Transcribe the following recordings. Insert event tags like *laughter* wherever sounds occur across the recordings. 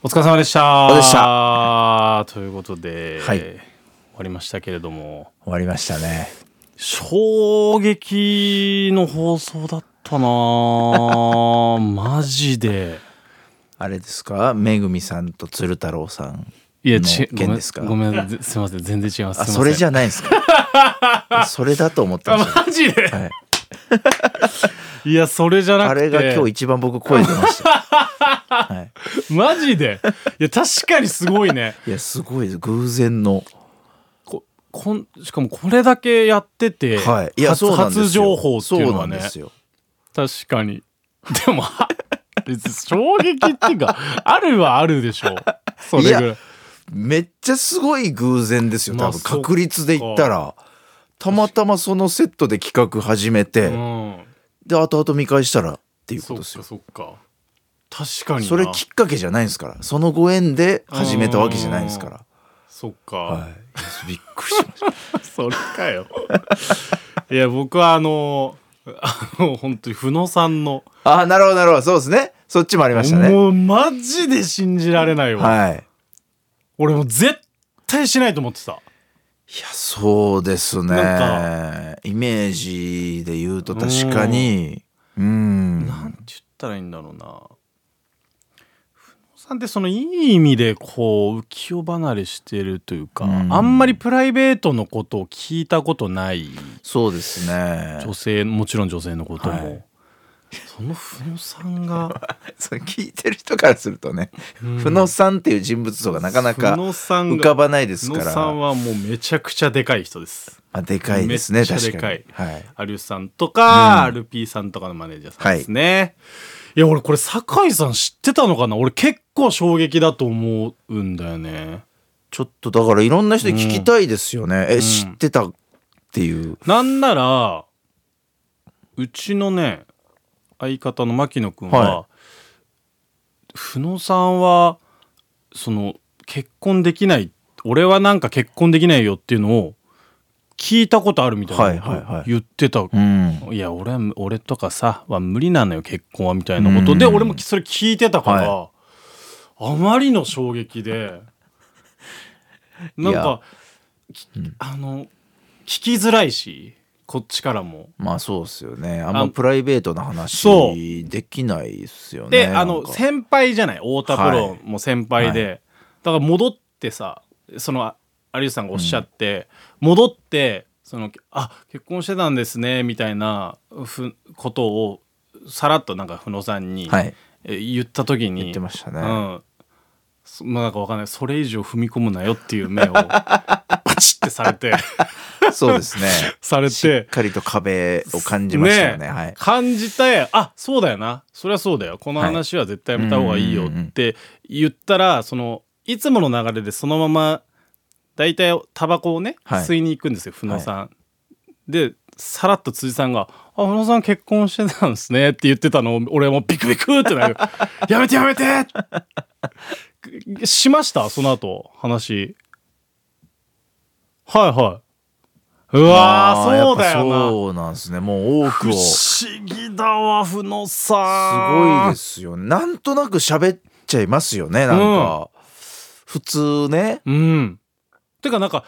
お疲れ様でした。。お疲れ様でしたということで、はい終わりましたけれども、終わりましたね。衝撃の放送だったな *laughs* ぁマジで。あれですかめぐみさんと鶴太郎さん。いや、のち、ごめ件んです、かごめん、ぜすいません、全然違います。すいまあ、せんそれじゃないで *laughs* すか。それだと思ったんですよあ、マジで、はいい、や、それじゃなあくて。れが今日一番僕声出 *laughs* ました。はい。マジでいや、確かにすごいね。いや、すごいです。偶然の。ここんしかもこれだけやってて、はい。いや、初そうなんですよ。初情報っていうのはそうなんねですよ。確確かにでもは別に衝撃っていうか *laughs* あるはあるでしょうそれぐらいいやめっちゃすごい偶然ですよ。まあ多そ分っか確率で言ったら。たまたまそのセットで企画始めて、うんで、後々見返したらっていうこそっとかですよ。そっか確かになそれきっかけじゃないんですから。そのご縁で始めたわけじゃないんですから。そっか、はい。 *laughs* びっくりしました。それかよいや僕はあのあの本当に不野さんの、あ、なるほど、なるほど。そうですね。そっちもありましたね。もうマジで信じられないわ、はい。い俺もう絶対しないと思ってたや、そうでなすんね。イメージで言うと確かに、うん。なんて言ったらいいんだろうな不動産ってそのいい意味でこう浮世離れしてるというか、うんあんまりプライベートのことを聞いたことないそうですね。女性もちろん女性のことも、はいその不野さん *laughs* がそれ聞いてる人からするとね、うんふのさんっていう人物像がなかなか不野さんが浮かばないです不か野さら、んまはもうめちゃくちゃでかい人です。あ、でかいですね、めっちゃ確でかかいに。はい。有吉さんとか、うんルピーさんとかのマネージャーさんですね。い、や俺これ酒井さん知ってたのかな俺結構衝撃だと思うんだよね。ちょっとだからいろんな人に聞きたいですよね。え、知ってたっていう。なんならうちのね相方の牧野君は、は不野さんはその結婚できない俺はなんか結婚できないよっていうのを聞いたことあるみたいなはいはいことはい言ってた、うん。いや俺は俺とかさは無理なのよ結婚はみたいなことで、うん俺もそれ聞いてたから、はあまりの衝撃でなんいやか、きあの聞きづらいしこっちからも。まあそうですよね。あんあまんプライベートな話そできないですよね。で、あなんのか先輩じゃない太田プはロいも先輩で、はだから戻ってさそのあ有吉さんがおっしゃって、戻ってそのあ結婚してたんですねみたいなふことをさらっとなんか不野さんに、はい。え言った時に言ってましたねうんそまあなんかわかんないそれ以上踏み込むなよっていう目をバチってされてそうですね。されしってかりと壁 *laughs* を感じましたよね。ねはい。感じてあそうだよなそりゃそうだよこの話は絶対やめた方がいいよって言ったらそのいつもの流れでそのまま大体タバコをね、はい吸いに行くんですよ不野さん。でさらっと辻さんが「あ不野さん結婚してたんですね」って言ってたのを俺はもうビクビクってなる *laughs* 「やめてや *laughs* めて!」しましたその後話はいはいうわあーーそうだやっぱよなそうなんですね。もう多不くを。す思議だわふのごいさんですすよ。なんとなく喋っちゃいますよね。なんか、普通ごいね。ですうんてかなんか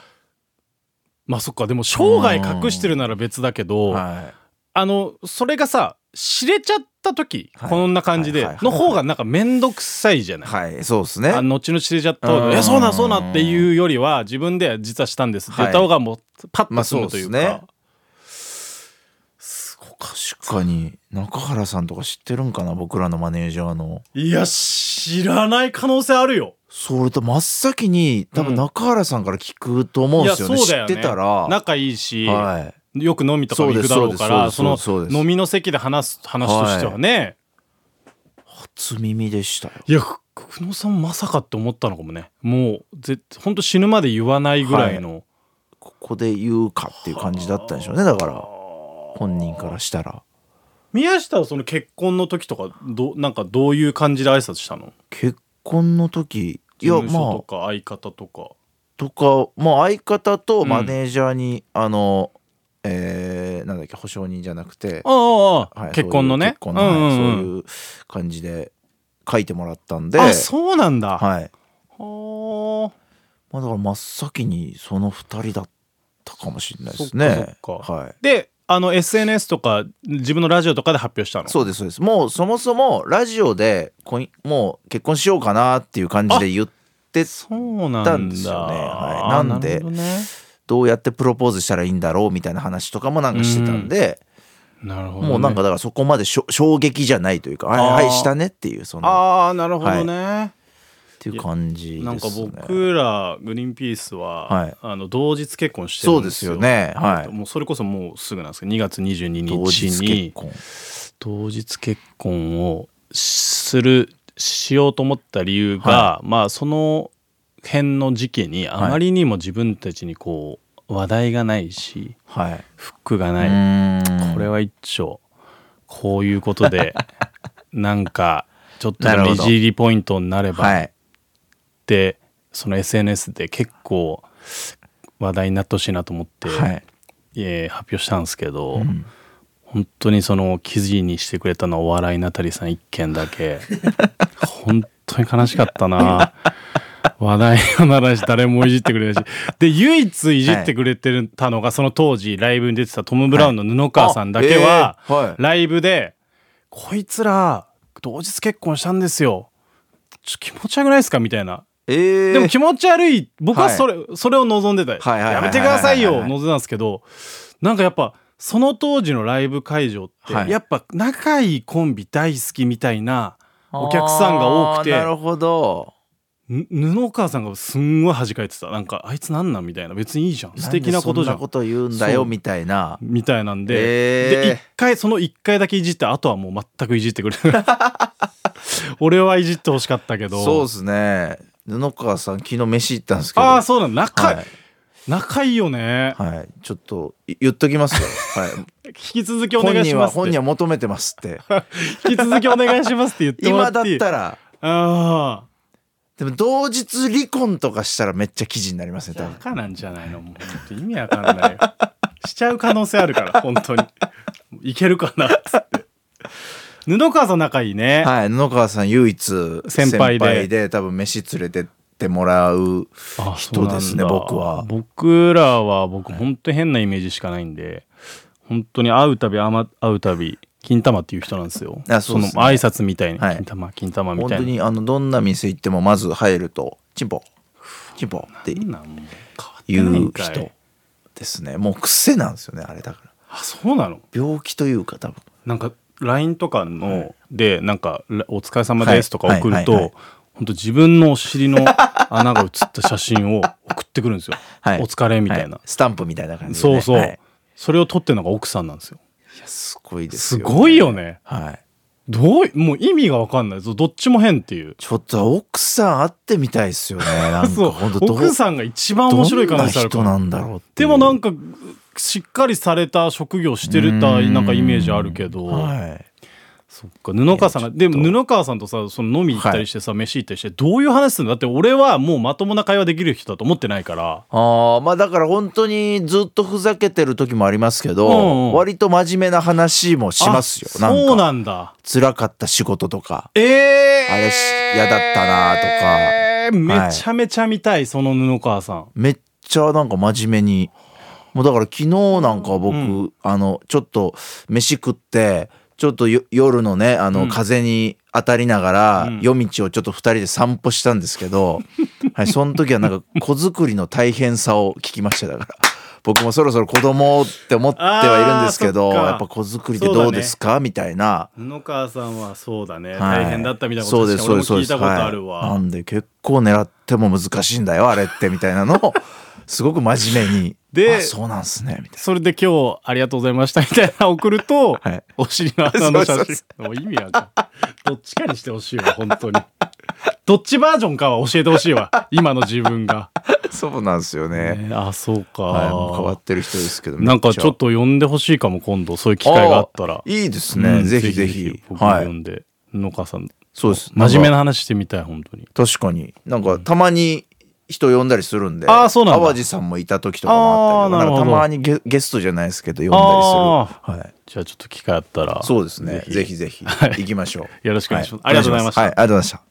まあそっかでも生涯隠してるなら別だけど、はあのそれがさ知れちゃった時、はいこんな感じではいはいはいの方がなんか面倒くさいじゃい。ない、はい。そうですね。あ後々知れちゃった方うが「んいやそうなんそうなん」っていうよりは自分で実はしたんですって言った方がもうパッまとあ済むというか、そうですねすごか確かに、中原さんとか知ってるんかな僕らのマネージャーの。いや知らない可能性あるよそれと真っ先に、多うん分中原さんから聞くと思うんですよね。いやそう知だよっねてたら。仲いいし、はい。よく飲みとかも行くだろうからそそうでのすそうですそうですそうです飲みの席で話す話としてはね、い、初耳でしたよ。やふ久野さんまさかって思ったのかもねもうぜほんと死ぬまで言わないぐらいの、ここで言うかっていう感じだったんでしょうね。だから、本人からしたら。宮下はその結婚の時とかどなんかどういう感じで挨拶したの結婚の時、い事や、務所とまあ、か相方とか、とか、まあ、相方とんマネージャーに、あの、えー、なんだっけ、保証人じゃなくて、ああああ、はい結婚のねそういう結婚の、はいうんうんうんそういう感じで書いてもらったんで、あそうなんだ、ははい。ーまあだから真っ先にその二人だったかもしれないですそっね。かそっかはい。であの SNS とか自分のラジオとかで発表したのそうですそうです。もうそもそもラジオでこいもう結婚しようかなっていう感じで言ってそうなんだたんですよねはいなんであーるほどねどうやってプロポーズしたらいいんだろうみたいな話とかもなんかしてたんで、なるほどね、もうなんかだからそこまでしょ衝撃じゃないというか、あはーいはいしたねっていうそのっああなるほどね、ていう感じですね。なんか僕らグリーンピースは、はいあの同日結婚してるんですよそうですよねはいもうそれこそもうすぐなんですけど2月22同日日結に婚。同日結婚をするしようと思った理由が、まあその辺の時期にあまりにも自分たちにこう話題がないしはい。フックがうない、ーんこれは一丁こういうこと *laughs* でなんかちょっとでなるもほいどじりポイントになればはい。ってその SNS で結構話題になってほしいなと思って、はい。えー発表したんですけど、うん本当にその記事にしてくれたのはお笑いなたりさん一件だけ *laughs* 本当に悲しかったな話題をならし誰もいじってくれないしで唯一いじってくれてたのがその当時ライブに出てたトム・ブラウンの布川さんだけはあえーはいライブで「こいつら同日結婚したんですよちょ気持ち悪くないですか?」みたいなえー、でも気持ち悪い僕ははいそれ,、それを望んでた、はいはいはいはいやめてくださいよ望んでたんですけどなんかやっぱその当時のライブ会場って、はいやっぱ仲いいコンビ大好きみたいなお客さんが多くてあーなるほどぬ布川さんがすんごい恥かいてたなんかあいつなんなんみたいな別にいいじゃん素敵なことじゃなんでそんなんこと言うんだよそうみたいなみたいなんへで,、ーで一回その1回だけいじってあとはもう全くいじってくれない *laughs* 俺はいじってほしかったけどそうですね布川さん昨日飯行ったんですけどああそうなの仲,、はい、仲いいよね、はい、ちょっとい言っときますよ、 *laughs* はい、引き続きお願本いし人まはすって本人は求めてま *laughs* すって引き続きお願いしますって言ってもら今ってだっいいたらあでも同日離婚とかしたらめっちゃ記事になりますねあ多バ分カなんじゃないのもう本当意味わかんないよしちゃう可能性あるから本当にいけるかなっつって布川さん仲いいね、はい布川さん唯一先輩で多分飯連れてってもらうあ人ですねそうなんだ僕は僕らは僕本当に変なイメージしかないんで本当に会うたび会ま会うたび金玉っていう人なんですよあそうですねの挨拶みたいに、はい金玉金玉み本た当いなにあのどんな店行ってもまず入るとチンポチンポってそんなんもう変わってないいうんかい人ですねもう癖なんですよねあれだからあそうなの病気というか多分なんか LINE とかの、でなんか「らお疲れ様です」とか送ると、はいはいはいほんと自分のお尻の穴が写った写真を送ってくるんですよ「 *laughs* はいお疲れ」みたいな、はスタンプみたいな感じでそねうそう、はいそれを撮ってるのが奥さんなんですよいやすごいですすよごいよねはいどういもう意味が分かんないぞどっちも変っていうちょっと奥さん会ってみたいですよ *laughs* ねなんそかう本当奥さんが一番面白い可能性あるかどんらな人なんだろうっていでうもなんかしっかりされた職業してるたなんかイメージあるけど、はいそっか布川さんがいやちでょっとも布川さんとさその飲み行ったりしてさ、飯行ったりしてどういう話するのだって俺はもうまともな会話できる人だと思ってないからああまあだから本当にずっとふざけてる時もありますけど、うんうん割と真面目な話もしますよあなんかそうなんだ辛かった仕事とかええあれし嫌だったなとかはいめちゃめちゃ見たいその布川さんめっちゃなんか真面目にもうだから昨日なんか僕、うんあのちょっと飯食ってちょっとよ夜のねあの、うん風に当たりながら、うん夜道をちょっと2人で散歩したんですけ *laughs* ど、はい、その時はなんか子作りの大変さを聞きましただから僕もそろそろ子供って思ってはいるんですけどあーそっかやっぱ子作りってどうですか、みたいな。布川さんはそうだね、は大い変だったみたいなことそうしですかそ俺うでもすそ聞うでいすたことあるはいわ、なんで結構狙っても難しいんだよあれってみたいなのを *laughs* すごく真面目にであそうなんすねみたいそれで今日ありがとうございましたみたいな送ると、なはい *laughs* お尻の穴の写そうそう真もう意味わかんないどっちかにしてほしいわ本当にどっちバージョンかは教えてほしいわ今の自分が、そうなんですよねねあそうか、はいもう変わってる人ですけどなんかちょっとと呼んでほしいかも今度そういう機会があったらいいですうねんぜひぜひ僕もは呼いんで野川さんそうです真面目んかな話してみたい本当に確かになんかたまに人呼んだりするんであーそうなんだ淡路さんもいた時とかもあったりあーなるとほかどなんかたまにゲゲストじゃないですけど呼んだりする、はい、じゃあちょっと機会あったらそうですねぜひぜひ行きましょうよろしくお願いしますはありがとうございましたお願しはありがとうございました